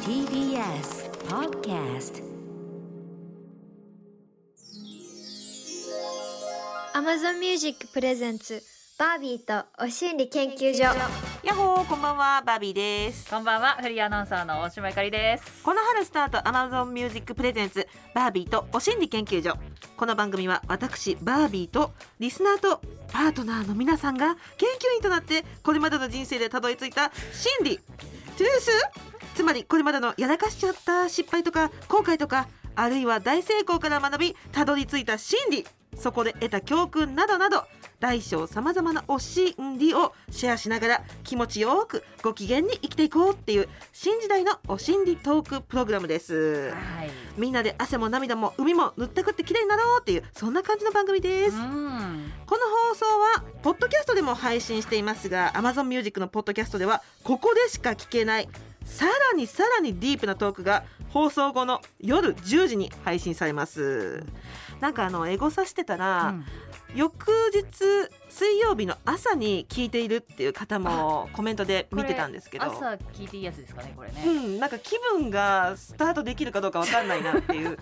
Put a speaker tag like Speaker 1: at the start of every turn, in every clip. Speaker 1: TBS Podcast
Speaker 2: Amazon Music プレゼンツバービーとお心理研究所
Speaker 3: やっほーこんばんはバービーです
Speaker 4: こんばんはフリーアナウンサーの大島ゆかりです
Speaker 3: この春スタート Amazon Music Presents バービーとお心理研究所この番組は私バービーとリスナーとパートナーの皆さんが研究員となってこれまでの人生でたどり着いた心理トゥースつまりこれまでのやらかしちゃった失敗とか後悔とかあるいは大成功から学びたどり着いた心理そこで得た教訓などなど大小さまざまなお心理をシェアしながら気持ちよくご機嫌に生きていこうっていう新時代のお心理トークプログラムです
Speaker 4: はい
Speaker 3: みんなで汗も涙も海も塗ったくって綺麗になろうっていうそんな感じの番組です
Speaker 4: うん
Speaker 3: この放送はポッドキャストでも配信していますが Amazon Music のポッドキャストではここでしか聞けないさらにさらにディープなトークが放送後の夜10時に配信されますなんかあのエゴさしてたら、翌日水曜日の朝に聞いているっていう方もコメントで見てたんですけど
Speaker 4: 朝聞いていいやつですかねこれね、
Speaker 3: うん、なんか気分がスタートできるかどうかわかんないなっていう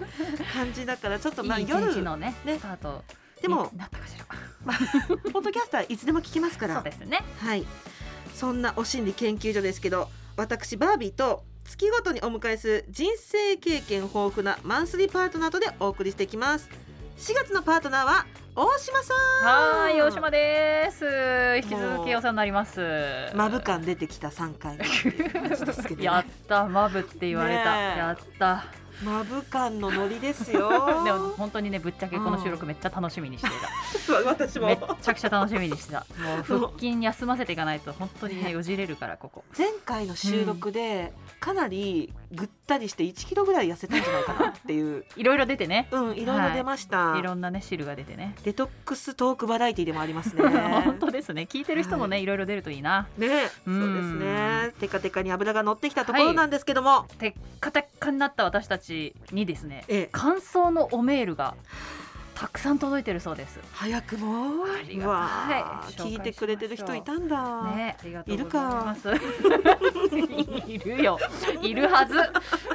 Speaker 3: 感じだからちょっとまあ
Speaker 4: いい一
Speaker 3: 夜
Speaker 4: 日のね
Speaker 3: ね
Speaker 4: スタート
Speaker 3: でも
Speaker 4: になったかしら
Speaker 3: ポッドキャストはいつでも聞きますか
Speaker 4: そう
Speaker 3: ら
Speaker 4: ですね
Speaker 3: はいそんなお心理研究所ですけど私バービーと月ごとにお迎えする人生経験豊富なマンスリーパートナーとでお送りしていきます4月のパートナーは大島さ
Speaker 4: はーい大島です引き続きお世話になります
Speaker 3: んマブ感出てきた3回目っていう感じです けど、ね、
Speaker 4: やったマブって言われた、
Speaker 3: ねえ
Speaker 4: やった
Speaker 3: マブ感のノリですよ
Speaker 4: でも本当にねぶっちゃけこの収録めっちゃ楽しみにしていた
Speaker 3: 私
Speaker 4: めっちゃくちゃ楽しみにしてたもう腹筋休ませていかないと本当に
Speaker 3: ね
Speaker 4: ねよじれるからここ
Speaker 3: 前回の収録でかなりぐったりして1キロぐらい痩せたんじゃないかなっていう
Speaker 4: いろいろ出てね
Speaker 3: うんいろいろ出ました、
Speaker 4: いろんなね汁が出てね
Speaker 3: デトックストークバラエティでもありますね
Speaker 4: 本当ですね聞いてる人もね、、
Speaker 3: はい
Speaker 4: ろいろ出るといいな
Speaker 3: ね
Speaker 4: う
Speaker 3: そ
Speaker 4: ん
Speaker 3: うですねテカテカに油が乗ってきたところなんですけども、
Speaker 4: テッカテッカになった私たちにですね
Speaker 3: ええ
Speaker 4: 感想のおメールがたくさん届いてるそうです
Speaker 3: 早くも
Speaker 4: ありがたいう
Speaker 3: わー
Speaker 4: 紹介しましょう
Speaker 3: 聞いてくれてる人いたんだ、
Speaker 4: ねありがとうございます いるよいるはず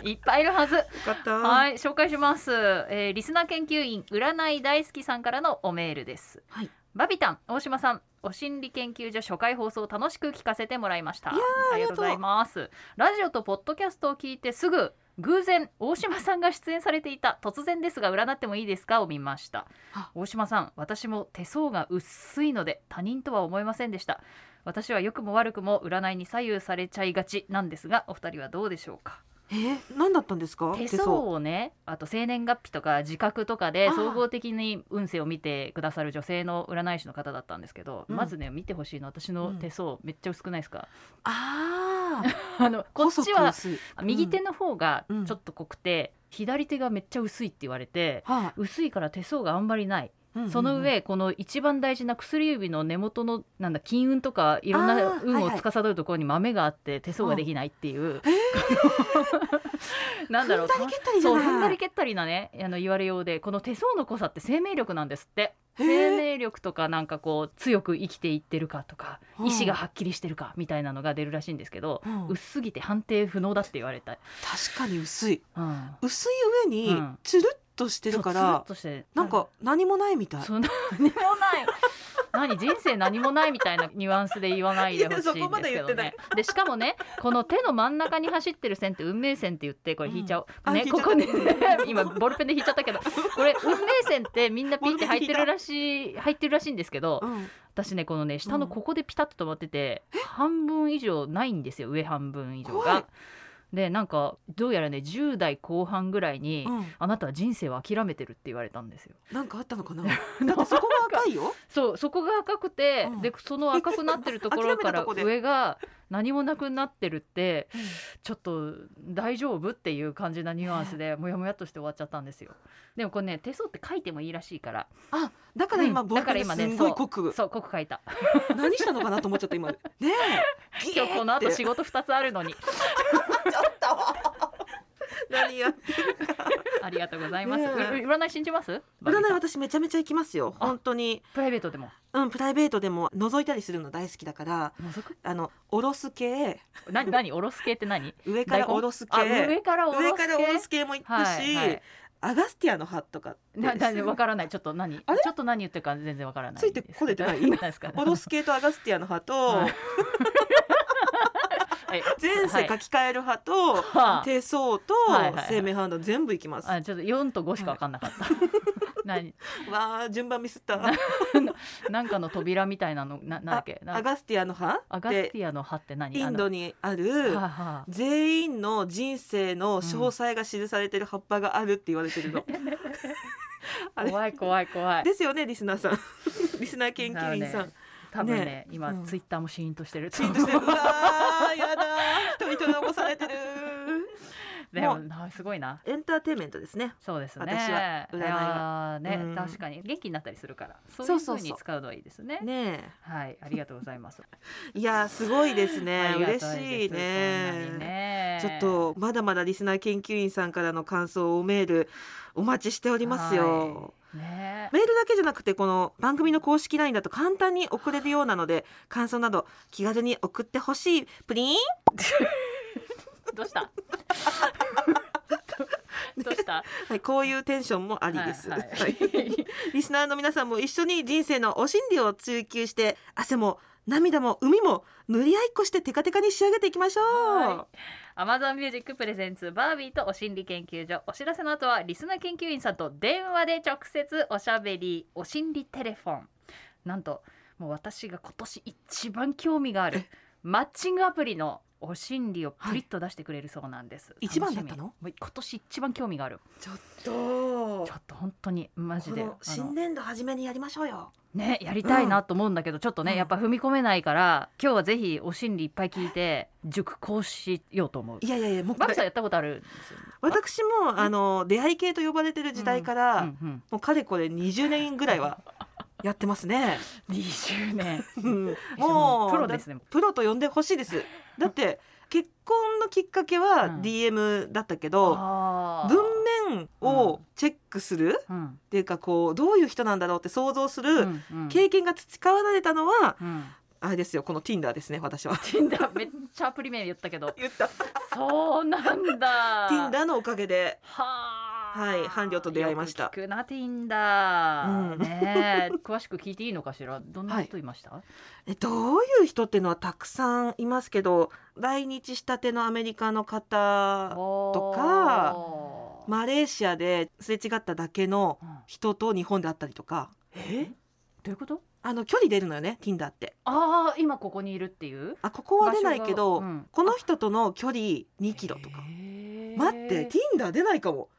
Speaker 4: いっぱいいるはず
Speaker 3: よかった
Speaker 4: はい紹介します、えーリスナー研究員占い大好きさんからのおメールです、
Speaker 3: はい
Speaker 4: バビタン大島さんお心理研究所初回放送楽しく聞かせてもらいました
Speaker 3: いやー
Speaker 4: ありがとうございますラジオとポッドキャストを聞いてすぐ偶然大島さんが出演されていた突然ですが占ってもいいですかを見ました
Speaker 3: あ
Speaker 4: 大島さん私も手相が薄いので他人とは思えませんでした私は良くも悪くも占いに左右されちゃいがちなんですがお二人はどうでしょうか
Speaker 3: えー何だったんですか
Speaker 4: 手相をねあと生年月日とか自覚とかで
Speaker 3: あー
Speaker 4: 総合的に運勢を見てくださる女性の占い師の方だったんですけど、
Speaker 3: うん
Speaker 4: まずね見てほしいの私の手相、めっちゃ薄くないですか
Speaker 3: あー
Speaker 4: あの こっち
Speaker 3: 細く
Speaker 4: は
Speaker 3: 薄い
Speaker 4: 右手の方が
Speaker 3: うん
Speaker 4: ちょっと濃くて、左手がめっちゃ薄いって言われて。
Speaker 3: は
Speaker 4: 薄いから手相があんまりない、
Speaker 3: いうん
Speaker 4: その上この一番大事な薬指の根元のなんだ金運とかいろん
Speaker 3: あ
Speaker 4: な
Speaker 3: ー
Speaker 4: 運
Speaker 3: は
Speaker 4: を
Speaker 3: いはい
Speaker 4: 司るところに豆があって手相ができないっていう、 なんだろう
Speaker 3: 踏んだり蹴ったりじゃ
Speaker 4: そう
Speaker 3: ない
Speaker 4: 踏んだり蹴ったりなねあの言われようでこの手相の濃さって生命力なんですって
Speaker 3: へー
Speaker 4: 生命力とかなんかこう強く生きていってるかとか
Speaker 3: うん
Speaker 4: 意志がはっきりしてるかみたいなのが出るらしいんですけど、
Speaker 3: うん
Speaker 4: 薄すぎて判定不能だって言われた、
Speaker 3: 確かに薄い
Speaker 4: うん、
Speaker 3: 薄い上
Speaker 4: う
Speaker 3: に
Speaker 4: ん
Speaker 3: つるっとしてるから、
Speaker 4: そうツルッとして
Speaker 3: なんか何もないみたい。
Speaker 4: そう何もない何人生何もないみたいなニュアンスで言わないでほしいんです
Speaker 3: いやそこまで
Speaker 4: け
Speaker 3: 言って
Speaker 4: ど
Speaker 3: な
Speaker 4: ね
Speaker 3: い
Speaker 4: でしかもねこの手の真ん中に走ってる線って運命線って言ってこれ引いちゃおう、
Speaker 3: うんあ
Speaker 4: ね
Speaker 3: 引いちゃ
Speaker 4: こ
Speaker 3: った
Speaker 4: こね今ボールペンで引いちゃったけどこれ運命線ってみんなピンって入ってるらしい入ってるらしいんですけど
Speaker 3: うん、
Speaker 4: 私ねこのね下のここでピタッと止まってて、半分以上ないんですよ上半分以上
Speaker 3: 怖い
Speaker 4: が。でなんかどうやらね10代後半ぐらいに、
Speaker 3: うん
Speaker 4: あなたは人生を諦めてるって言われたんですよ。
Speaker 3: なんかあったの かな。だってそこが赤いよ。
Speaker 4: そうそこが赤くて、
Speaker 3: うん
Speaker 4: でその赤くなってるところか
Speaker 3: 諦めた
Speaker 4: ら
Speaker 3: とこで
Speaker 4: 上が何もなくなってるってちょっと大丈夫っていう感じなニュアンスでもやもやっとして終わっちゃったんですよでもこれね手相って書いてもいいらしいから
Speaker 3: あ、だから今
Speaker 4: うん
Speaker 3: ボーカル
Speaker 4: だから今
Speaker 3: す
Speaker 4: ね
Speaker 3: んごい濃く、
Speaker 4: そう濃く書いた
Speaker 3: 何したのかなと思っちゃった今。ねえ。
Speaker 4: 今日この後
Speaker 3: ち
Speaker 4: 仕
Speaker 3: ょっ
Speaker 4: 事2つあるのに
Speaker 3: と。何やってるか。
Speaker 4: あありがとうございます。
Speaker 3: ねえ
Speaker 4: う占い信じます？
Speaker 3: 占い
Speaker 4: は
Speaker 3: 私めちゃめちゃ行きますよ
Speaker 4: あ
Speaker 3: 本当に
Speaker 4: プライベートでも
Speaker 3: うんプライベートでも覗いたりするの大好きだから
Speaker 4: 覗く？
Speaker 3: あのおろす系
Speaker 4: 何何おろす系って何？
Speaker 3: 上から
Speaker 4: 大根
Speaker 3: おろす系
Speaker 4: あ上からおろす系。
Speaker 3: 上からおろす系も行くし、
Speaker 4: はいはい。
Speaker 3: アガスティアの葉とかって
Speaker 4: ななわからないちょっと何ち
Speaker 3: あれ
Speaker 4: ょっと何言ってるか全然わからない
Speaker 3: ついてこれてない
Speaker 4: 何ですか
Speaker 3: おろす系とアガスティアの葉と、
Speaker 4: はいはい
Speaker 3: 前世書き換える派と、
Speaker 4: はあ
Speaker 3: 手相と
Speaker 4: はいはいはい
Speaker 3: 生命判断全部いきます。
Speaker 4: あちょっと四と五しかわかんなかった。 何
Speaker 3: わあ順番ミスった。
Speaker 4: なんかの扉みたいなのななんだっけ？
Speaker 3: あア
Speaker 4: な
Speaker 3: ガスティアの葉
Speaker 4: アガス
Speaker 3: で
Speaker 4: ティアの葉って何？
Speaker 3: インドにあ
Speaker 4: あの
Speaker 3: る
Speaker 4: はあはあ
Speaker 3: 全員の人生の詳細が記されてる葉っぱがあるって言われてる の。あれ
Speaker 4: 怖い怖い怖い。
Speaker 3: ですよねリスナーさん。 リスナー研究員さ
Speaker 4: だから
Speaker 3: ん
Speaker 4: ね。多分ね
Speaker 3: ね
Speaker 4: 今、
Speaker 3: うん
Speaker 4: ツイッターもシーンとしてると
Speaker 3: シー
Speaker 4: 思
Speaker 3: ン
Speaker 4: う
Speaker 3: としてるうわーやだー人々残されてる。
Speaker 4: でもなすごいな
Speaker 3: エンターテインメントですね。
Speaker 4: そうですね
Speaker 3: 私は占いはい
Speaker 4: やーね、
Speaker 3: うん
Speaker 4: 確かに元気になったりするからそうい
Speaker 3: そうう
Speaker 4: ふ
Speaker 3: そううそう
Speaker 4: に使うのはいいですね
Speaker 3: ね
Speaker 4: はいありがとうございます、
Speaker 3: えいやーすごいですね
Speaker 4: ありが
Speaker 3: 嬉
Speaker 4: たです
Speaker 3: しい
Speaker 4: そんな
Speaker 3: ね。
Speaker 4: にね
Speaker 3: ちょっとまだまだリスナー研究員さんからの感想をメールお待ちしておりますよ。
Speaker 4: はいね
Speaker 3: メールだけじゃなくてこの番組の公式 LINE だと簡単に送れるようなので感想など気軽に送ってほしいプリン
Speaker 4: どうした どうした
Speaker 3: はい、こういうテンションもありです、
Speaker 4: はい
Speaker 3: はいリスナーの皆さんも一緒に人生のお心理を追求して汗も涙も海も塗り合いっこしてテカテカに仕上げていきましょう、
Speaker 4: は Amazon Music Presents バービーとお心理研究所お知らせの後はリスナー研究員さんと電話で直接おしゃべりお心理テレフォンなんともう私が今年一番興味があるマッチングアプリのお心理をプリッと出してくれるそうなんです、
Speaker 3: い一番だったの
Speaker 4: 楽しみもう今年一番興味がある
Speaker 3: ちょっと
Speaker 4: ちょっと本当にマジ
Speaker 3: こ
Speaker 4: で
Speaker 3: の
Speaker 4: あ
Speaker 3: 新
Speaker 4: の
Speaker 3: 年度初めにやりましょうよ
Speaker 4: ねやりたいなと思うんだけど、ちょっとね、
Speaker 3: うん
Speaker 4: やっぱ踏み込めないから今日はぜひお心理いっぱい聞いて熟考しようと思う
Speaker 3: いやいやいやもうこ
Speaker 4: バクさん
Speaker 3: れ
Speaker 4: やったことあるんですよね
Speaker 3: 私もあの出会い系と呼ばれてる時代から、
Speaker 4: うんうん
Speaker 3: もうかれこれ20年ぐらいはやってますね
Speaker 4: 20年
Speaker 3: うん
Speaker 4: も
Speaker 3: も
Speaker 4: う
Speaker 3: う
Speaker 4: プロですね
Speaker 3: プロと呼んでほしい です。だって結婚のきっかけ
Speaker 4: う
Speaker 3: は
Speaker 4: ん
Speaker 3: DM だったけど、
Speaker 4: あー
Speaker 3: 文面をチェックするっ
Speaker 4: うん
Speaker 3: ていうかこうどういう人なんだろうって想像す
Speaker 4: う
Speaker 3: る
Speaker 4: んうん
Speaker 3: 経験が培われたのは
Speaker 4: うん
Speaker 3: あれですよこの Tinder ですね私は。
Speaker 4: Tinder めっちゃアプリ名言ったけど
Speaker 3: 言った。
Speaker 4: そうなんだ
Speaker 3: Tinder のおかげで。
Speaker 4: はあ
Speaker 3: はい伴侶と出会いました
Speaker 4: よく聞くな Tinder、
Speaker 3: うん
Speaker 4: ねえ詳しく聞いていいのかしらどんな人いました、
Speaker 3: えどういう人っていうのはたくさんいますけど来日したてのアメリカの方
Speaker 4: と
Speaker 3: かマレーシアですれ違っただけの人と日本で会ったりとか
Speaker 4: えどういうこと
Speaker 3: あの距離出るのよね Tinder って。
Speaker 4: ああ今ここにいるっていう
Speaker 3: あここは出ないけど、
Speaker 4: 場所がうん
Speaker 3: この人との距離2キロとか。
Speaker 4: へえ
Speaker 3: 待って、Tinder 出ないかも。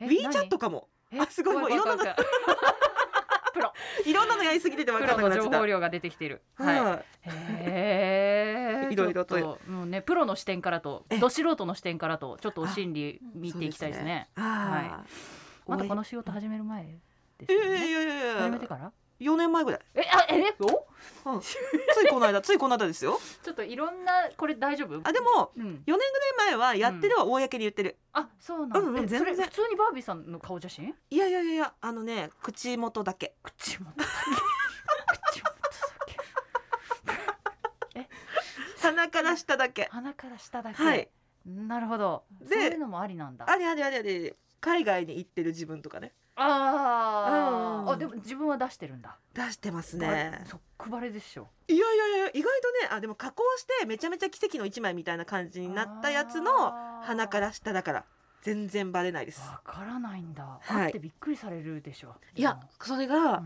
Speaker 4: え
Speaker 3: WeChat かも。
Speaker 4: え
Speaker 3: あすごいもういろんなの
Speaker 4: 怖い怖い怖いプロ
Speaker 3: いろんなのやりすぎてて分
Speaker 4: プ
Speaker 3: か
Speaker 4: ロ
Speaker 3: んなくな
Speaker 4: の
Speaker 3: っちゃ
Speaker 4: 情
Speaker 3: っ
Speaker 4: 報
Speaker 3: た。
Speaker 4: 量が出てきてる。 はい。
Speaker 3: は
Speaker 4: へえ。
Speaker 3: いろいろと
Speaker 4: ちょっもうねプロの視点からと
Speaker 3: え
Speaker 4: ど素人の視点からとちょっとお心理見ていきたいですね。
Speaker 3: い。は
Speaker 4: まだこの仕事始める前ですよ
Speaker 3: いやい
Speaker 4: ね。
Speaker 3: やいやい
Speaker 4: 始め
Speaker 3: や
Speaker 4: て。から。
Speaker 3: 4年前ぐらい。
Speaker 4: えあえお
Speaker 3: うんついこの間、ついこの間ですよ。
Speaker 4: ちょっといろんなこれ大丈夫？
Speaker 3: あでも
Speaker 4: うん。
Speaker 3: 4年ぐらい前はやってるは公に言ってる。
Speaker 4: あそうなんだ。
Speaker 3: うんうん
Speaker 4: え
Speaker 3: 全
Speaker 4: それ
Speaker 3: 然
Speaker 4: 普通にバービーさんの顔写真？
Speaker 3: いやいやいやいやあのね口元だけ。
Speaker 4: 口元だ け。口元だけ。
Speaker 3: 鼻から下だけ。
Speaker 4: 鼻から下だけ。
Speaker 3: はい。
Speaker 4: なるほど。
Speaker 3: で
Speaker 4: そういうのもありなんだ。
Speaker 3: あれあれあれあれ。海外に行ってる自分とかね。う
Speaker 4: あ
Speaker 3: ん
Speaker 4: ーあでも自分は出してるんだ。
Speaker 3: 出してます
Speaker 4: あ
Speaker 3: ね
Speaker 4: れ。そっくばれでしょ。
Speaker 3: いやいやいや意外とねあでも加工してめちゃめちゃ奇跡の一枚みたいな感じになったやつの
Speaker 4: あー
Speaker 3: 鼻から下だから全然バレないです
Speaker 4: わからないんだ。
Speaker 3: はい
Speaker 4: 会ってびっくりされるでしょ。
Speaker 3: いやそれが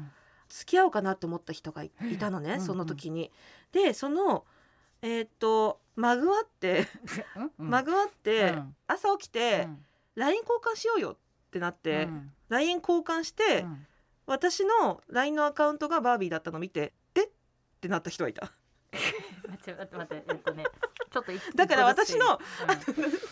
Speaker 3: 付き合おうかなと思った人がい
Speaker 4: うん
Speaker 3: いたの
Speaker 4: うん
Speaker 3: ね
Speaker 4: うん
Speaker 3: その時にでそのえーっとまぐわって
Speaker 4: うん、うん
Speaker 3: まぐわっ
Speaker 4: うん
Speaker 3: て
Speaker 4: うん
Speaker 3: 朝起きて LINE 交換しようよってなっ
Speaker 4: うん
Speaker 3: て
Speaker 4: うん
Speaker 3: LINE 交換して
Speaker 4: うん
Speaker 3: 私の LINE のアカウントがバービーだったの見てえってなった人がいた
Speaker 4: 待って待って待ってえっとね ちょっと一
Speaker 3: だから私の、
Speaker 4: 一 個ずつ言ううんちょっ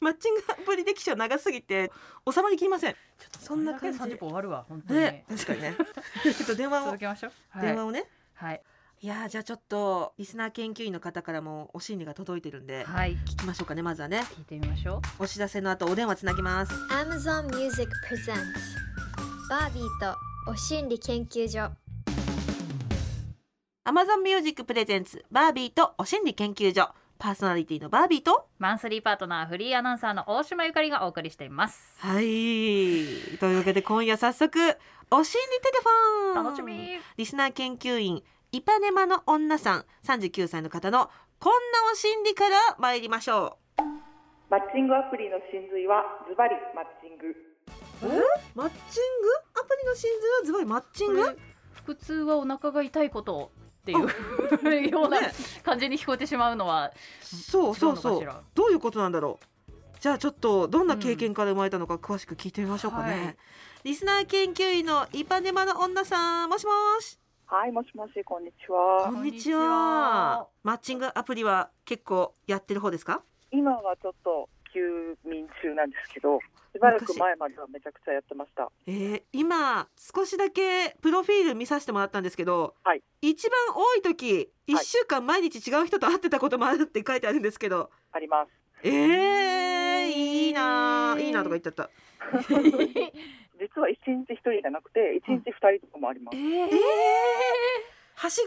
Speaker 3: マッチングアプリ歴史は長すぎて収まりきりません
Speaker 4: と
Speaker 3: そんな感じ
Speaker 4: これだけで30分終わるわ本当 に、
Speaker 3: ね、確かにね。えっと電話を
Speaker 4: 続、けましょう。はい
Speaker 3: 電話をね。
Speaker 4: はい。
Speaker 3: いやーじゃあちょっとリスナー研究員の方からもお心理が届いてるんで
Speaker 4: はい
Speaker 3: 聞きましょうかねまずはね
Speaker 4: 聞いてみましょう
Speaker 3: お知らせの後お電話つなぎます
Speaker 2: Amazon Music Presents バービーとお心理研究所
Speaker 3: Amazon Music Presents バービーとお心理研究所パーソナリティのバービーと
Speaker 4: マンスリーパートナーフリーアナウンサーの大島ゆかりがお送りしています
Speaker 3: はいというわけで今夜早速お心理テレフォン
Speaker 4: 楽しみ
Speaker 3: リスナー研究員イパネマの女さん39歳の方のこんなお心理から参りましょ
Speaker 1: マッチングアプリの真髄はズバリマッチング
Speaker 3: うマッチングアプリの真髄はズバリマッチング
Speaker 4: これ腹痛はお腹が痛いことをって いうような
Speaker 3: ね
Speaker 4: 感じに聞こえてしまうのは
Speaker 3: そう
Speaker 4: 違う
Speaker 3: そう
Speaker 4: のか
Speaker 3: そ
Speaker 4: し
Speaker 3: う
Speaker 4: ら
Speaker 3: どういうことなんだろうじゃあちょっとどんな経験から生まれたのか詳しく聞いてみましょうかね、
Speaker 4: うんはい
Speaker 3: リスナー研究員のイパネマの女さんもしもし
Speaker 1: はいもしもしこんにち
Speaker 3: こ
Speaker 1: は
Speaker 3: んにち
Speaker 4: こんにちは
Speaker 3: はマッチングアプリは結構やってる方ですか
Speaker 1: 今はちょっと休眠中なんですけどしばらく前まではめちゃくちゃやってました
Speaker 3: えー、今少しだけプロフィール見させてもらったんですけど、
Speaker 1: はい
Speaker 3: 一番多い時
Speaker 1: は
Speaker 3: 1
Speaker 1: い
Speaker 3: 週間毎日違う人と会ってたこともあるって書いてあるんですけど、
Speaker 1: あります
Speaker 3: えー、いいなーいいなとか言っちゃった
Speaker 1: 実は一日一人じゃなくて一日二人とかもありま
Speaker 4: え
Speaker 1: す
Speaker 4: ー
Speaker 3: えー、はし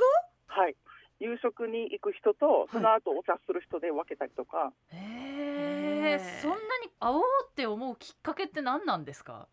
Speaker 1: はい夕食に行く人とその後お茶する人で分けたりとか、
Speaker 4: えーそんなに会おうって思うきっかけって何なんですか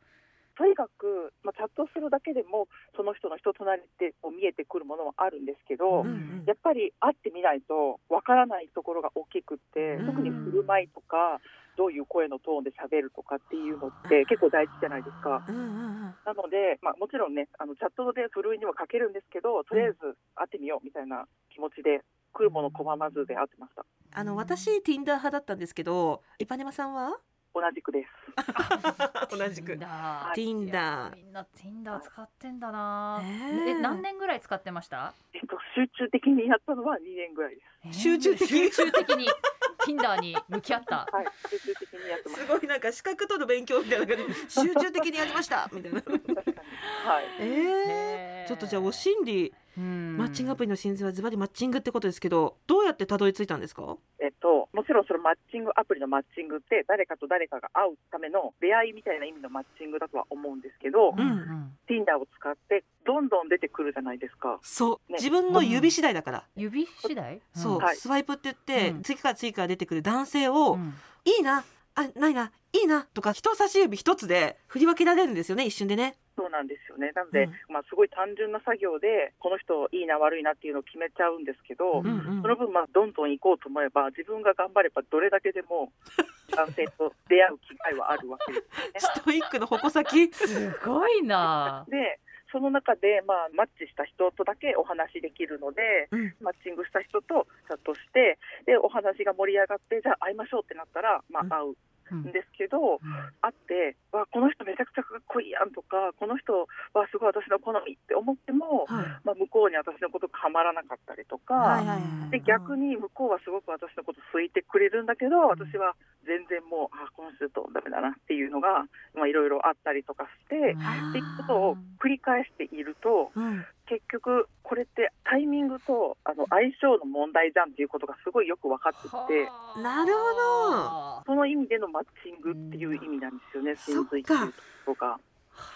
Speaker 1: とにかく、まあ、チャットするだけでもその人の人となりってこう見えてくるものはあるんですけ
Speaker 3: ご、
Speaker 1: ど、
Speaker 4: うん
Speaker 1: やっぱり会ってみないとわからないところが大きくって
Speaker 3: うん
Speaker 1: 特に振る舞いとかどういう声のトーンで喋るとかっていうのって結構大事じゃないですか。
Speaker 3: うんうんうん
Speaker 1: なので、まあ、もちろんねあのチャットでふるいにも書けるんですけどとりあえず会ってみようみたいな気持ちで来るもの拒まずで会ってました
Speaker 3: あの私 Tinder 派だったんですけどイパネマさんは
Speaker 1: 同じくです
Speaker 3: 同じく
Speaker 4: Tinder い
Speaker 3: Tinder
Speaker 4: やみんな Tinder 使ってんだな、
Speaker 3: ねえ
Speaker 4: え何年ぐらい使ってました
Speaker 1: えっと集中的にやったのは2年ぐらいです
Speaker 4: えー
Speaker 3: 集中的
Speaker 4: 集中的に Tinder に向き合った
Speaker 1: はい集中的にやってま
Speaker 3: す
Speaker 1: す
Speaker 3: ごいなんか資格取る勉強みたいな感じで集中的にやりました みたいな
Speaker 1: 確かにはい
Speaker 3: え
Speaker 4: へー
Speaker 3: ー、ちょっとじゃあお心理マ
Speaker 4: マ
Speaker 3: ッチングアプリの真髄はズバリマッチングってことですけどどうやってたどり着いたんですか
Speaker 1: えっと、もちろんそのマッチングアプリのマッチングって誰かと誰かが会うための出会いみたいな意味のマッチングだとは思うんですけど、
Speaker 3: うん
Speaker 1: Tinder を使ってどんどん出てくるじゃないですか
Speaker 3: そう、
Speaker 1: ね
Speaker 3: 自分の指次第だから、
Speaker 4: 指次第
Speaker 3: そう、
Speaker 1: はい
Speaker 3: スワイプって言って、
Speaker 4: うん
Speaker 3: 次から次から出てくる男性
Speaker 4: う
Speaker 3: を、
Speaker 4: ん
Speaker 3: いいなあないないいなとか人差し指一つで振り分けられるんですよね一瞬でね
Speaker 1: そうなんですよねなので、
Speaker 3: うん
Speaker 1: まあ、すごい単純な作業でこの人いいな悪いなっていうのを決めちゃうんですけ
Speaker 4: う
Speaker 1: ど、
Speaker 4: ん
Speaker 1: その分まあどんどん行こうと思えば自分が頑張ればどれだけでも男性と出会う機会はあるわけです
Speaker 3: ストイックの矛先
Speaker 4: すごいな
Speaker 1: でその中で、まあ、マッチした人とだけお話できるので、
Speaker 3: うん
Speaker 1: マッチングした人とチャットしてでお話が盛り上がってじゃあ会いましょうってなったら、ま
Speaker 3: うん
Speaker 1: あ、会
Speaker 4: う
Speaker 1: うんんですけど、会ってわこの人めちゃくちゃかっこいいやんとかこの人はすごい私の好みって思っても、
Speaker 3: はい
Speaker 1: まあ、向こうに私のことがはまらなかったりとか。
Speaker 3: はいはい
Speaker 1: で逆に向こうはすごく私のこと好いてくれるんだけど私は全然もうあこの人とダメだなっていうのがまあいろいろあったりとかしてっていうことを繰り返していると
Speaker 3: うん
Speaker 1: 結局これってタイミングとあの相性の問題じゃんっていうことがすごいよく分かってきて
Speaker 3: なるほ
Speaker 1: その意味でのマッチングっていう意味なんですよね
Speaker 3: そっか
Speaker 1: 真髄っていうところが。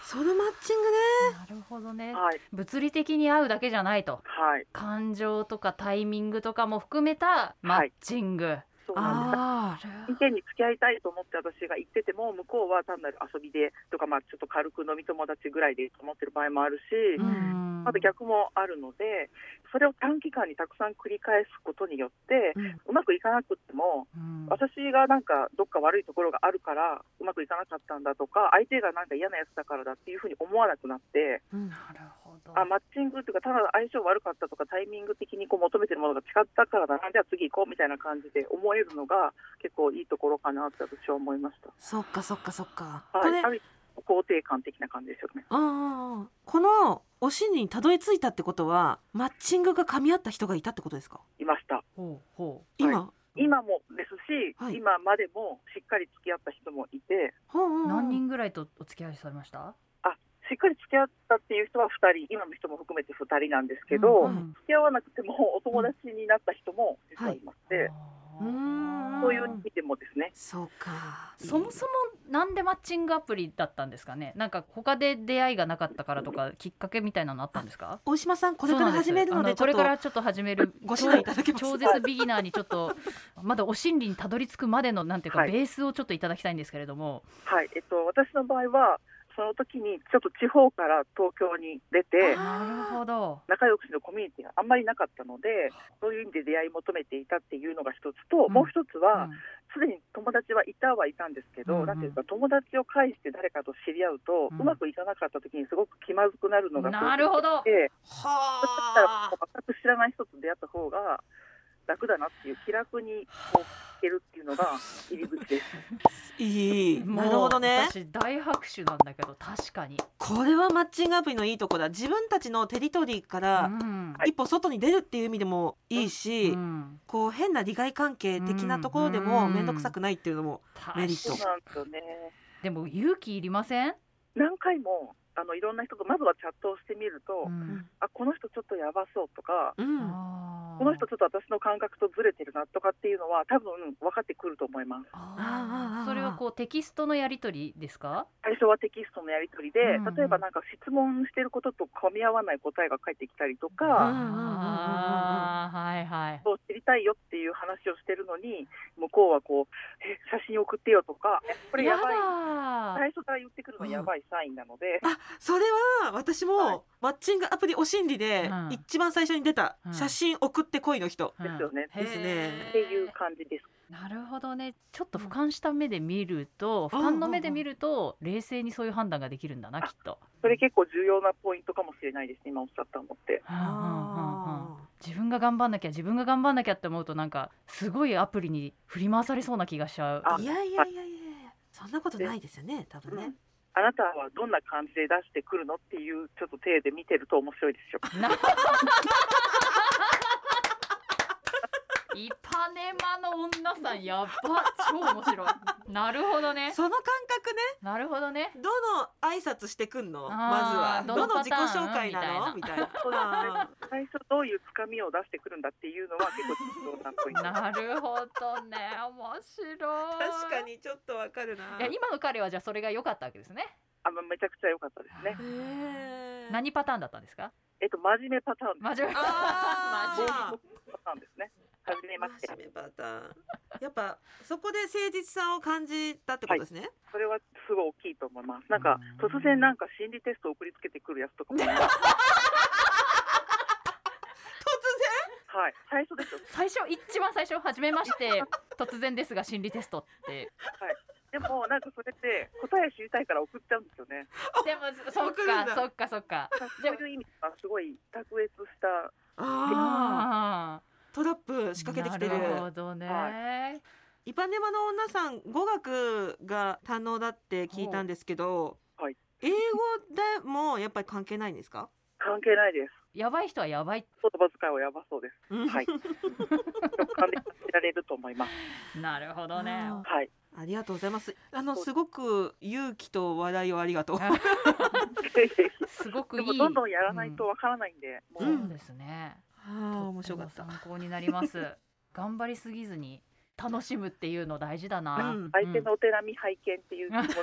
Speaker 3: そのマッチングね
Speaker 4: なるほどね
Speaker 1: はい
Speaker 4: 物理的に会うだけじゃないと
Speaker 1: はい
Speaker 4: 感情とかタイミングとかも含めたマッチング、
Speaker 1: そうなんです
Speaker 3: あ
Speaker 1: 意見に付き合いたいと思って私が行ってても向こうは単なる遊びでとか、まあ、ちょっと軽く飲み友達ぐらいでと思ってる場合もあるし、
Speaker 3: うん
Speaker 1: また逆もあるのでそれを短期間にたくさん繰り返すことによって
Speaker 3: ー、
Speaker 1: うまくいかなくっても
Speaker 4: うん
Speaker 1: 私がなんかどっか悪いところがあるからうまくいかなかったんだとか相手がなんか嫌なやつだからだっていうふうに思わなくなって
Speaker 3: うんうん
Speaker 4: なるほど
Speaker 1: あマッチングというかただ相性悪かったとかタイミング的にこう求めてるものが違ったからだなじゃあ次行こうみたいな感じで思えるのが結構いいところかなって私は思いました。
Speaker 3: そっかそっかそっか、こ
Speaker 1: は
Speaker 3: れ
Speaker 1: い、ある肯定感的な感じですよね。
Speaker 3: うんうんうんこのお心理にたどり着いたってことはマッチングが噛み合った人がいたってことですか
Speaker 1: いました。
Speaker 4: ほうほう
Speaker 3: 今、
Speaker 1: 今もですし、
Speaker 3: はい
Speaker 1: 今までもしっかり付き合った人もいて、
Speaker 3: ほうほうほう
Speaker 4: 何人ぐらいとお付き合いされました
Speaker 1: あ、しっかり付き合ったっていう人は2人今の人も含めて2人なんですけ
Speaker 4: う
Speaker 1: ど、
Speaker 4: ん
Speaker 1: 付き合わなくてもお友達になった人も実はいまして、
Speaker 3: うん
Speaker 1: そういう意味でもですね
Speaker 3: そうか
Speaker 4: そもそもなんでマッチングアプリだったんですかねなんか他で出会いがなかったからとかきっかけみたいなのあったんですか
Speaker 3: 大島さんこれから始めるのでちょ
Speaker 4: そう
Speaker 3: っ
Speaker 4: なんすあのこれか
Speaker 3: と
Speaker 4: らちょっと始める
Speaker 3: ご指導いただけます
Speaker 4: 超絶ビギナーにちょっとまだお心理にたどり着くまでのなんていうか、
Speaker 1: はい
Speaker 4: ベースをちょっといただきたいんですけれども
Speaker 1: はいえっと、私の場合はその時にちょっと地方から東京に出て
Speaker 3: あー
Speaker 4: なるほど
Speaker 1: 仲良くしのコミュニティがあんまりなかったのでそういう意味で出会い求めていたっていうのが一つと、
Speaker 4: うん
Speaker 1: もう一つ
Speaker 4: う
Speaker 1: は
Speaker 4: ん
Speaker 1: すで、に友達はいたはいたんですけ
Speaker 4: うんう
Speaker 1: ど、
Speaker 4: ん
Speaker 1: なんていうか友達を介して誰かと知り合うと、
Speaker 4: う
Speaker 1: うんまくいかなかった時にすごく気まずくなるのが
Speaker 4: なるほど
Speaker 1: でそしたら
Speaker 3: はあ
Speaker 1: 全く知らない人と出会った方が楽だなっていう気楽にこう聞けるっていうのが入り口です。
Speaker 3: いい
Speaker 4: も
Speaker 3: な
Speaker 4: う
Speaker 3: るほどね
Speaker 4: 私大拍手なんだけど確かに、
Speaker 3: これはマッチングアプリのいいとこだ自分たちのテリトリーか
Speaker 4: う
Speaker 3: ら
Speaker 4: ん
Speaker 1: はい
Speaker 3: 一歩外に出るっていう意味でもいいし、
Speaker 4: うん
Speaker 3: こう変な利害関係的なところで
Speaker 4: う
Speaker 3: も
Speaker 4: ん
Speaker 3: 面倒くさくないっていうのもメリッ
Speaker 1: そ
Speaker 3: ト
Speaker 1: う
Speaker 4: 確か
Speaker 1: なんですよね。
Speaker 4: でも勇気いりません、
Speaker 1: 何回もあのいろんな人とまずはチャットをしてみると、
Speaker 4: うん
Speaker 1: あこの人ちょっとやばそうとか
Speaker 3: うん、
Speaker 4: あー
Speaker 1: この人ちょっと私の感覚とずれてるなとかっていうのは多分分かってくると思います
Speaker 4: あ
Speaker 3: あーあーあ
Speaker 4: ー
Speaker 3: ー
Speaker 4: それはこうテキストのやり取りですか
Speaker 1: 最初はテキストのやり取りで、
Speaker 4: うん
Speaker 1: 例えばなんか質問してることと噛み合わない答えが返ってきたりと
Speaker 3: うん
Speaker 1: か、
Speaker 3: うんうんうんうん
Speaker 4: あーはいはい
Speaker 1: そう知りたいよっていう話をしてるのに向こうはこう「え写真送ってよ」とかえ「これやばい」
Speaker 4: ば
Speaker 1: 最初から言ってくるのはやばいサインなので、
Speaker 3: あそれは私
Speaker 1: はい
Speaker 3: もマッチングアプリお心理で
Speaker 4: うん
Speaker 3: 一番最初に出た
Speaker 4: うん
Speaker 3: 写真送ってこいの人、
Speaker 1: ですよね
Speaker 3: ですね
Speaker 1: っていう感じです。
Speaker 4: なるほどねちょっと俯瞰した目で見ると、俯瞰の目で見ると冷静にそういう判断ができるんだなきっと、
Speaker 1: それ結構重要なポイントかもしれないですね今おっしゃったのって。
Speaker 4: うんうんうんうん
Speaker 3: あ
Speaker 4: 自分が頑張んなきゃ自分が頑張んなきゃって思うとなんかすごいアプリに振り回されそうな気がしちゃう
Speaker 1: あ
Speaker 3: ーいやいやいやいやそんなことないですよね多分ね、
Speaker 1: あなたはどんな感じで出してくるのっていうちょっと手で見てると面白いで すよ。
Speaker 4: なイパネマの女さんやば超面白いなるほどね
Speaker 3: その感覚ね
Speaker 4: なるほどね
Speaker 3: どの挨拶してくんの
Speaker 4: あー
Speaker 3: まずは
Speaker 4: ど
Speaker 3: ど
Speaker 4: の
Speaker 3: の
Speaker 4: パ
Speaker 3: 自己
Speaker 4: ターン
Speaker 3: 紹介なのみた いなあー
Speaker 1: 最初どういうつかみを出してくるんだっていうのは結構重要なポイント。
Speaker 4: なるほどね面白い
Speaker 3: 確かにちょっとわかるない
Speaker 4: や今の彼はじゃあそれが良かったわけですね
Speaker 1: あのめちゃくちゃ良かったですね。
Speaker 3: へー
Speaker 4: 何パターンだったんですか
Speaker 1: えっと真面目パターンです。
Speaker 4: 真面目
Speaker 3: あー
Speaker 4: 真面目
Speaker 3: あ
Speaker 1: パターンですね。初めまして
Speaker 3: 真。面目パターンやっぱそこで誠実さを感じたってことですね、
Speaker 1: それはすごい大きいと思います。なんか突然なんか心理テストを送りつけてくるやつ とかも。は
Speaker 3: 突
Speaker 1: い。最初ですよ。
Speaker 4: 最初一番最初初めまして突然ですが心理テスト って
Speaker 1: でもなんかそれって答え知りたいから送っちゃうんですよね。
Speaker 4: でもそっ
Speaker 3: 送るん
Speaker 4: か
Speaker 3: だ
Speaker 4: そっかそっか
Speaker 1: そういう意味がすごい卓越した。
Speaker 3: 然ああ
Speaker 4: あ
Speaker 3: トラップ仕掛けてきて
Speaker 4: なる
Speaker 3: る
Speaker 4: ほどね、
Speaker 3: イパネマの女さん語学が堪能だって聞いたんですけど、
Speaker 1: ほうはい
Speaker 3: 英語でもやっぱり関係ないんですか、
Speaker 1: 関係ないです。
Speaker 4: やばい人はやばい
Speaker 1: 言葉遣いはやばそうです。
Speaker 3: うん
Speaker 1: はい。直感で感じられると思います。
Speaker 4: なるほどね
Speaker 3: あ
Speaker 1: はい。
Speaker 3: ーありがとうございますあのすごく勇気と笑いをありがとう
Speaker 4: すごく
Speaker 1: で
Speaker 4: い
Speaker 1: も
Speaker 4: い
Speaker 1: どんどんやらないとわからないんで、
Speaker 4: そ
Speaker 1: もう、
Speaker 4: うですね、
Speaker 3: ああ面白かっ
Speaker 4: と
Speaker 3: た
Speaker 4: ても参考になります 頑張りすぎずに楽しむっていうの大事だな、
Speaker 3: うん
Speaker 1: 相手のお手並み拝見っていう気持 ち、
Speaker 4: もう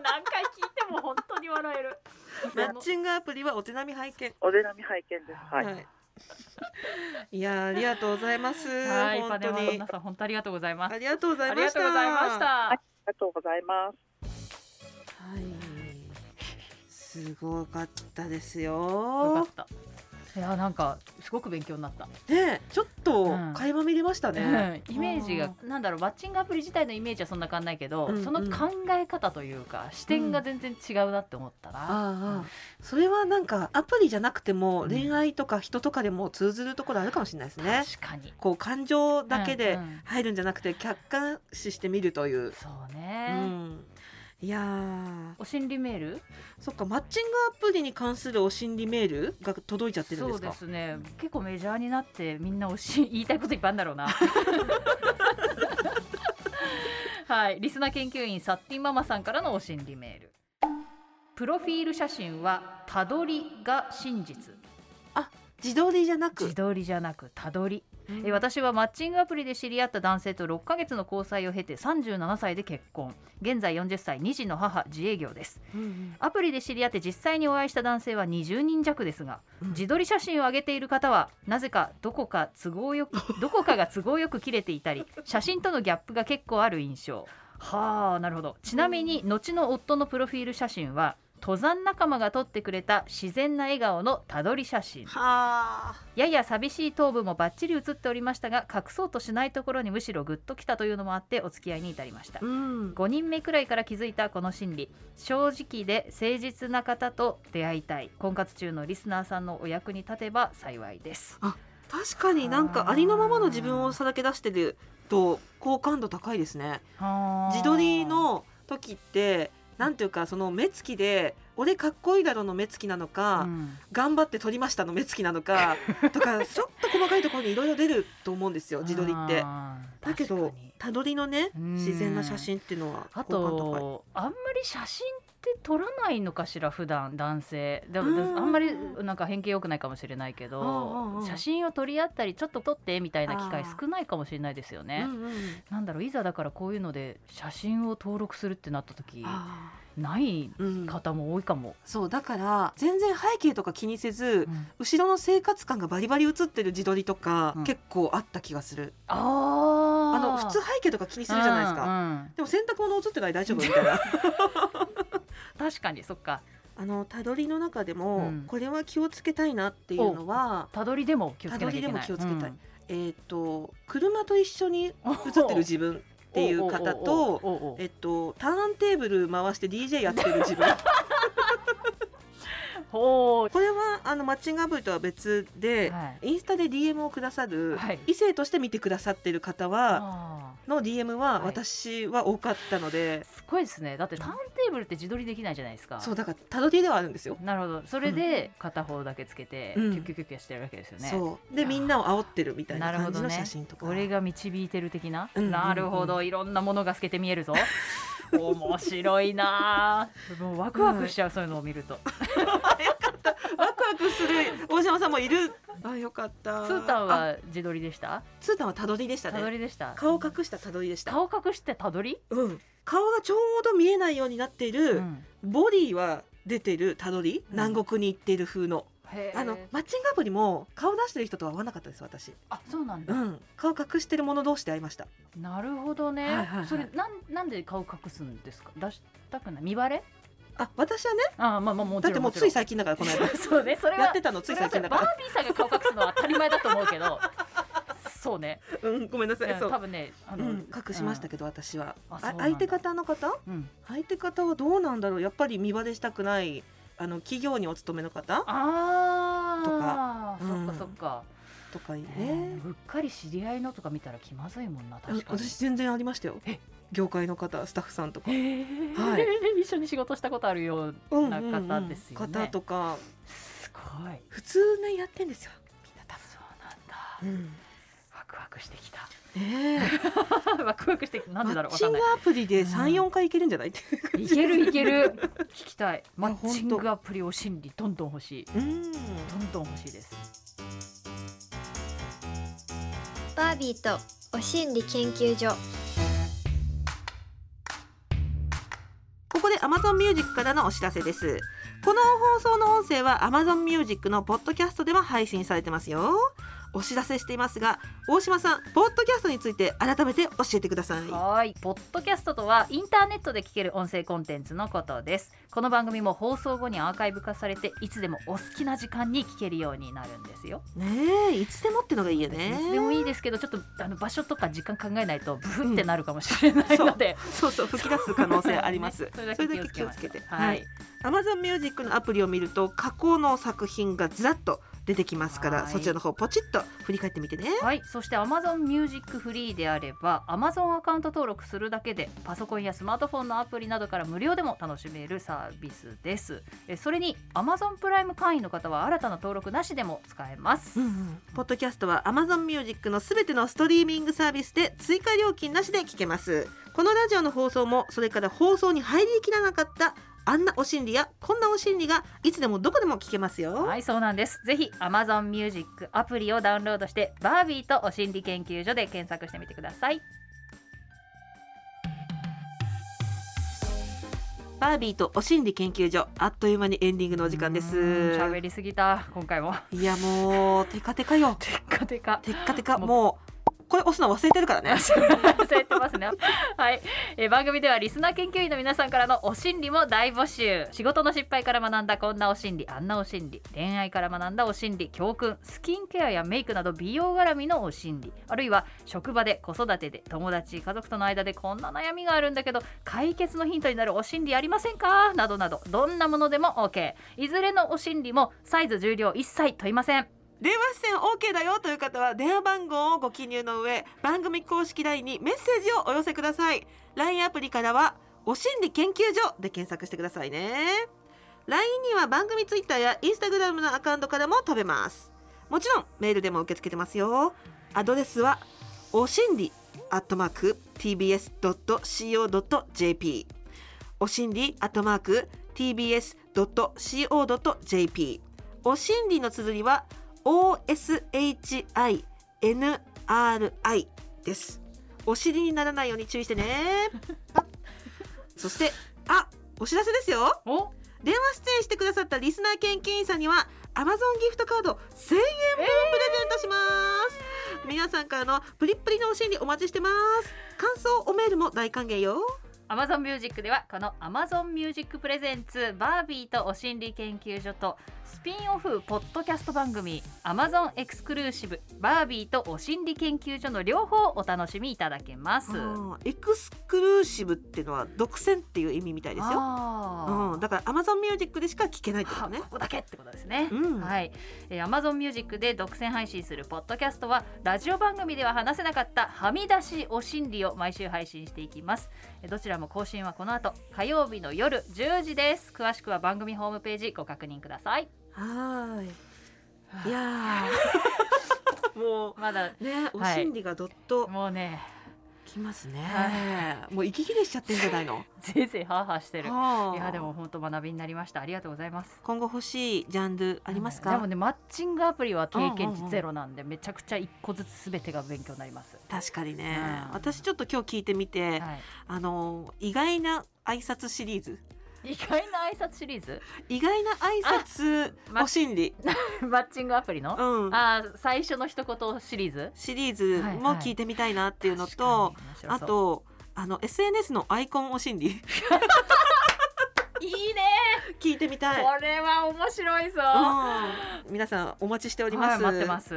Speaker 4: 何回聞いても本当に笑える
Speaker 3: マッチングアプリはお手並み拝見
Speaker 1: お手並み拝見です。はい。
Speaker 3: はい、いやーありがとうございます
Speaker 4: はい、パ
Speaker 3: 本
Speaker 4: ネ
Speaker 3: 当
Speaker 4: マの
Speaker 3: に
Speaker 4: 皆さん本当ありがとうございます
Speaker 3: ありがとうござ
Speaker 4: あ
Speaker 3: い
Speaker 4: り
Speaker 3: ま
Speaker 4: が
Speaker 3: し
Speaker 4: と
Speaker 3: た
Speaker 4: うございました、
Speaker 1: ありがとうございます。
Speaker 3: はい、すごかったです
Speaker 4: よか
Speaker 3: よ
Speaker 4: っ。た。いやなんかすごく勉強になった、
Speaker 3: ねえ、ちょっと
Speaker 4: うん
Speaker 3: 垣間見れましたね。
Speaker 4: イメージがなんだろうマッチングアプリ自体のイメージはそんな変わんないけど、
Speaker 3: うんうん
Speaker 4: その考え方というか視点が全然違うなって思ったな、
Speaker 3: ああ、それはなんかアプリじゃなくても
Speaker 4: うん
Speaker 3: 恋愛とか人とかでも通ずるところあるかもしれないですね。
Speaker 4: 確かに
Speaker 3: こう感情だけで
Speaker 4: うんうん
Speaker 3: 入るんじゃなくて客観視してみるという。
Speaker 4: そう
Speaker 3: う
Speaker 4: ね、
Speaker 3: ん、いやー
Speaker 4: お心理メール
Speaker 3: そっかマッチングアプリに関するお心理メールが届いちゃってるんで
Speaker 4: そう
Speaker 3: すか
Speaker 4: ですね結構メジャーになってみんなおし言いたいこといっぱいあるん だろうなはいリスナー研究員サッティンママさんからのお心理メールプロフィール写真はたどりが真実
Speaker 3: 自撮りじゃなく
Speaker 4: 自、撮りじゃなくたどり
Speaker 3: うん
Speaker 4: えー私はマッチングアプリで知り合った男性と6ヶ月の交際を経て37歳で結婚現在40歳2児の母自営業です
Speaker 3: うんうん
Speaker 4: アプリで知り合って実際にお会いした男性は20人弱ですが
Speaker 3: うん
Speaker 4: 自撮り写真を上げている方はなぜかどこか都合 よくどこかが都合よく切れていたり写真とのギャップが結構ある印象はあなるほどちなみに後の夫のプロフィール写真は登山仲間が撮ってくれた自然な笑顔のたどり写真
Speaker 3: はあ、
Speaker 4: やや寂しい頭部もバッチリ写っておりましたが隠そうとしないところにむしろグッときたというのもあってお付き合いに至りました
Speaker 3: うん、
Speaker 4: 5人目くらいから気づいたこの心理正直で誠実な方と出会いたい婚活中のリスナーさんのお役に立てば幸いです
Speaker 3: 確かになんかありのままの自分をさらけ出してると好感度高いですね。自撮りの時ってなんていうかその目つきで俺かっこいいだろうの目つきなのか、
Speaker 4: うん
Speaker 3: 頑張って撮りましたの目つきなのかと かちょっと細かいところにいろいろ出ると思うんですよ自撮りって。
Speaker 4: あー
Speaker 3: だけど
Speaker 4: 確かに
Speaker 3: たどりのね
Speaker 4: うん
Speaker 3: 自然な写真っていうのは
Speaker 4: あ
Speaker 3: 好感度高い。
Speaker 4: とあんまり写真って撮らないのかしら普段男性だだあ
Speaker 3: うん
Speaker 4: んまりなんか偏見良くないかもしれないけ
Speaker 3: うんうんう
Speaker 4: ど
Speaker 3: ん
Speaker 4: 写真を撮り合ったりちょっと撮ってみたいな機会
Speaker 3: あー
Speaker 4: 少ないかもしれないですよ
Speaker 3: う
Speaker 4: ね。
Speaker 3: んうん
Speaker 4: なんだろういざだからこういうので写真を登録するってなった時
Speaker 3: あ
Speaker 4: ない
Speaker 3: ーうん
Speaker 4: 方も多いかも。
Speaker 3: そうだから全然背景とか気にせず後ろの生活感がバリバリ映ってる自撮りとか、
Speaker 4: うん
Speaker 3: 結構あった気がする
Speaker 4: あ
Speaker 3: あ
Speaker 4: あ
Speaker 3: の普通背景とか気にするじゃないですか、
Speaker 4: か。
Speaker 3: でも洗濯物映ってない大丈夫みた いな
Speaker 4: 確かにそっか。
Speaker 3: あのたどりの中でも、
Speaker 4: うん
Speaker 3: これは気をつけたいなっていうのは
Speaker 4: たどりでも気をつけなきゃいけない。
Speaker 3: たどりでも気をつけたい
Speaker 4: うん
Speaker 3: えーっ、と車と一緒に映ってる自分っていう方と
Speaker 4: おうおうおうおうおう
Speaker 3: えっとターンテーブル回して DJ やってる自分
Speaker 4: ほ
Speaker 3: これはあのマッチングアプリとは別
Speaker 4: う
Speaker 3: で、
Speaker 4: はい
Speaker 3: インスタで DM をくださる、
Speaker 4: はい
Speaker 3: 異性として見てくださってる方は
Speaker 4: あ
Speaker 3: の DM は
Speaker 4: はい
Speaker 3: 私は多かったので
Speaker 4: ー、すごいですね。だってターンテーブルって自撮りできないじゃないですか。
Speaker 3: そうだからたどりではあるんですよ。
Speaker 4: なるほど。それで片方だけつけて、
Speaker 3: うん
Speaker 4: キュッキュッキュッキュッしてるわけですよね。
Speaker 3: そうでみんなを煽ってるみたいな
Speaker 4: なるほ
Speaker 3: 感
Speaker 4: ど
Speaker 3: じ
Speaker 4: ね
Speaker 3: の写真とか、
Speaker 4: 俺が導いてる的な、
Speaker 3: うんうんうん
Speaker 4: なるほどいろんなものが透けて見えるぞ面白いなあもうワクワクしちゃう、そういうのを見ると
Speaker 3: ワクワクする大島さんもいるあよかった
Speaker 4: ツータン
Speaker 3: あ
Speaker 4: は自撮りでした
Speaker 3: ツータンはたどりでした
Speaker 4: たど
Speaker 3: ね
Speaker 4: りでした
Speaker 3: 顔隠したたどりでした、
Speaker 4: 顔隠してたどり、
Speaker 3: うん、顔がちょうど見えないようになっている、
Speaker 4: うん
Speaker 3: ボディは出てるたどり、
Speaker 4: うん
Speaker 3: 南国に行っている風の
Speaker 4: へえ
Speaker 3: あのマッチングアプリも顔出してる人とは合わなかったです私
Speaker 4: あそうなん
Speaker 3: う
Speaker 4: だ、
Speaker 3: ん顔隠してる者同士で会いました
Speaker 4: なるほどね、
Speaker 3: はいはいはい
Speaker 4: それなんなんで顔隠すんですか出したくない見バレ
Speaker 3: あ私はね
Speaker 4: あまあまあもち
Speaker 3: だ
Speaker 4: ろん
Speaker 3: ってもうつい
Speaker 4: ち
Speaker 3: 最近だからこの
Speaker 4: ろ
Speaker 3: 間
Speaker 4: んそうねそれは
Speaker 3: やってたのつい最
Speaker 4: それ
Speaker 3: 近だ
Speaker 4: はバ
Speaker 3: か
Speaker 4: ービーさんが顔隠すのは当たり前だと思うけどそうね
Speaker 3: らうんごめんなさい
Speaker 4: うん
Speaker 3: そう
Speaker 4: 多分ねあ
Speaker 3: う
Speaker 4: の、
Speaker 3: ん、隠しましたけど、私は
Speaker 4: あ
Speaker 3: あ
Speaker 4: そうなんだ
Speaker 3: 相手方の方
Speaker 4: ど、うん
Speaker 3: 相手方はどうなんだろうやっぱり見バレしたくないあの企業にお勤めの方
Speaker 4: あー
Speaker 3: とか
Speaker 4: そっ
Speaker 3: う
Speaker 4: か
Speaker 3: ん
Speaker 4: そっか、
Speaker 3: とかいい
Speaker 4: ね
Speaker 3: ね
Speaker 4: うっかり知り合いのとか見たら気まずいもんな
Speaker 3: あの
Speaker 4: 確かに
Speaker 3: 私全然ありましたよ
Speaker 4: え
Speaker 3: 業界の方スタッフさんとか
Speaker 4: へー
Speaker 3: はい
Speaker 4: 一緒に仕事したことあるよう
Speaker 3: うん
Speaker 4: な
Speaker 3: うんうん
Speaker 4: 方ですよね、
Speaker 3: 方とか
Speaker 4: すごい
Speaker 3: 普通ねやってんですよみんな多
Speaker 4: そうなんだ
Speaker 3: 分、うん、
Speaker 4: ワクワクしてきた
Speaker 3: ねえ
Speaker 4: ワクワクしてきたなん
Speaker 3: マ
Speaker 4: でだろう
Speaker 3: ッ
Speaker 4: わ
Speaker 3: チ
Speaker 4: かん
Speaker 3: ン
Speaker 4: な
Speaker 3: グ
Speaker 4: い
Speaker 3: アプリで
Speaker 4: うん
Speaker 3: 三四回いけるんじゃないっていう感
Speaker 4: い
Speaker 3: じ
Speaker 4: けるいける聞きたいマ
Speaker 3: や
Speaker 4: ッチン
Speaker 3: ほん
Speaker 4: グ
Speaker 3: と
Speaker 4: アプリお心理どんどん欲しい
Speaker 3: うん
Speaker 4: どんどん欲しいです
Speaker 2: バービーとお心理研究所
Speaker 3: ここで Amazon Music からのお知らせですこの放送の音声は Amazon Music のポッドキャストでも配信されてますよお知らせしていますが大島さんポッドキャストについて改めて教えてください
Speaker 4: はい、ポッドキャストとはインターネットで聞ける音声コンテンツのことです。この番組も放送後にアーカイブ化されて、いつでもお好きな時間に聞けるようになるんですよ。
Speaker 3: ねえいつでもってのがいいよね
Speaker 4: いつでもいいですけど、ちょっとあの場所とか時間考えないとブフってなるかもしれないので、
Speaker 3: そうそう吹き出す可能性あります、
Speaker 4: ね それだ
Speaker 3: そ
Speaker 4: け
Speaker 3: れ
Speaker 4: 気
Speaker 3: だ
Speaker 4: を
Speaker 3: け
Speaker 4: つ
Speaker 3: 気
Speaker 4: け
Speaker 3: を
Speaker 4: ま
Speaker 3: つ
Speaker 4: しょ
Speaker 3: け
Speaker 4: う
Speaker 3: て
Speaker 4: はい。
Speaker 3: Amazon Music のアプリを見ると過去の作品がずらっと出てきますから
Speaker 4: はい
Speaker 3: そちらの方ポチッと振り返ってみてね
Speaker 4: はい、そして Amazon Music フリーであれば Amazon アカウント登録するだけでパソコンやスマートフォンのアプリなどから無料でも楽しめるサービスですえそれに Amazon プライム会員の方は新たな登録なしでも使えます、
Speaker 3: うんうんポッドキャストは Amazon Music のすべてのストリーミングサービスで追加料金なしで聞けますこのラジオの放送もそれから放送に入りきらなかったあんなお心理やこんなお心理がいつでもどこでも聞けますよ、
Speaker 4: はいそうなんですぜひ Amazon Music アプリをダウンロードしてバービーとお心理研究所で検索してみてください
Speaker 3: バービーとお心理研究所あっという間にエンディングのお時間で
Speaker 4: う
Speaker 3: す
Speaker 4: ーん喋りすぎた今回も
Speaker 3: いやもうテカテカよ
Speaker 4: テッカテカ
Speaker 3: テッカテ カもうこれ押すの忘れてるからね
Speaker 4: 忘れてますね。はい、えー番組ではリスナー研究員の皆さんからのお心理も大募集。仕事の失敗から学んだこんなお心理、あんなお心理、恋愛から学んだお心理、教訓、スキンケアやメイクなど美容絡みのお心理、あるいは職場で子育てで友達家族との間でこんな悩みがあるんだけど解決のヒントになるお心理ありませんかなどなどどんなものでも OK。いずれのお心理もサイズ重量一切問いません。
Speaker 3: 電話出演 OK だよという方は電話番号をご記入の上番組公式 LINE にメッセージをお寄せください LINE アプリからは「お心理研究所」で検索してくださいね LINE には番組 Twitter や Instagram のアカウントからも飛べますもちろんメールでも受け付けてますよアドレスはお心理アットマーク tbs.co.jp お心理アットマーク tbs.co.jp お心理の綴りは OSHINRI ですお尻にならないように注意してねあそしてあお知らせですよ
Speaker 4: お
Speaker 3: 電話出演してくださったリスナー研究員さんには Amazon ギフトカード1000円分をプレゼントします、皆さんからのプリップリのお心理お待ちしてます感想おメールも大歓迎よ
Speaker 4: Amazon Music ではこの Amazon Music Presents バービーとお心理研究所とスピンオフポッドキャスト番組 Amazon エクスクルーシブバービーとお心理研究所の両方をお楽しみいただけます。
Speaker 3: うんエクスクルーシブっていうのは独占っていう意味みたいですよ
Speaker 4: あ
Speaker 3: うん、だから Amazon ミュージックでしか聞けないってこと
Speaker 4: ー
Speaker 3: ね
Speaker 4: ここだけってことですね。
Speaker 3: うん
Speaker 4: はい、えー、Amazon Music で独占配信するポッドキャストはラジオ番組では話せなかったはみ出しお心理を毎週配信していきますえーどちらも更新はこの後火曜日の夜10時です詳しくは番組ホームページご確認ください
Speaker 3: はーい。いやー も
Speaker 4: まだ
Speaker 3: うね、お心理がどっと
Speaker 4: もうね
Speaker 3: きますね。もう息切れしちゃってんじゃないの？
Speaker 4: ぜいぜいハーハーしてる
Speaker 3: はい
Speaker 4: やでも本当学びになりましたありがとうございます
Speaker 3: 今後欲しいジャンルあります
Speaker 4: で
Speaker 3: か？
Speaker 4: もねマッチングアプリは経験
Speaker 3: うんうんう
Speaker 4: 値
Speaker 3: ん
Speaker 4: ゼロなんで、めちゃくちゃ一個ずつすべてが勉強になります
Speaker 3: 確かにね
Speaker 4: う。ん
Speaker 3: 私ちょっと今日聞いてみて、
Speaker 4: は
Speaker 3: あの意外な挨拶シリーズ、
Speaker 4: い。意外な挨拶シリーズ
Speaker 3: 意外な挨拶
Speaker 4: あま
Speaker 3: お心理、
Speaker 4: マッチングアプリの、あ
Speaker 3: うん、
Speaker 4: あー最初の一言シリーズ
Speaker 3: シリーズも聞いてみたいなっていうのと、
Speaker 4: 確かに
Speaker 3: あとあの SNS のアイコンお心理
Speaker 4: 面白そういいね
Speaker 3: 聞いてみたい。
Speaker 4: これは面白いぞ、
Speaker 3: うん、 皆さんお待ちしておりま
Speaker 4: はい
Speaker 3: す。
Speaker 4: 待ってます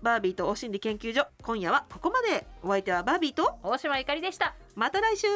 Speaker 3: バービーとお心理研究所今夜はここまでお相手はバービーと
Speaker 4: 大島ゆかりでした
Speaker 3: また来週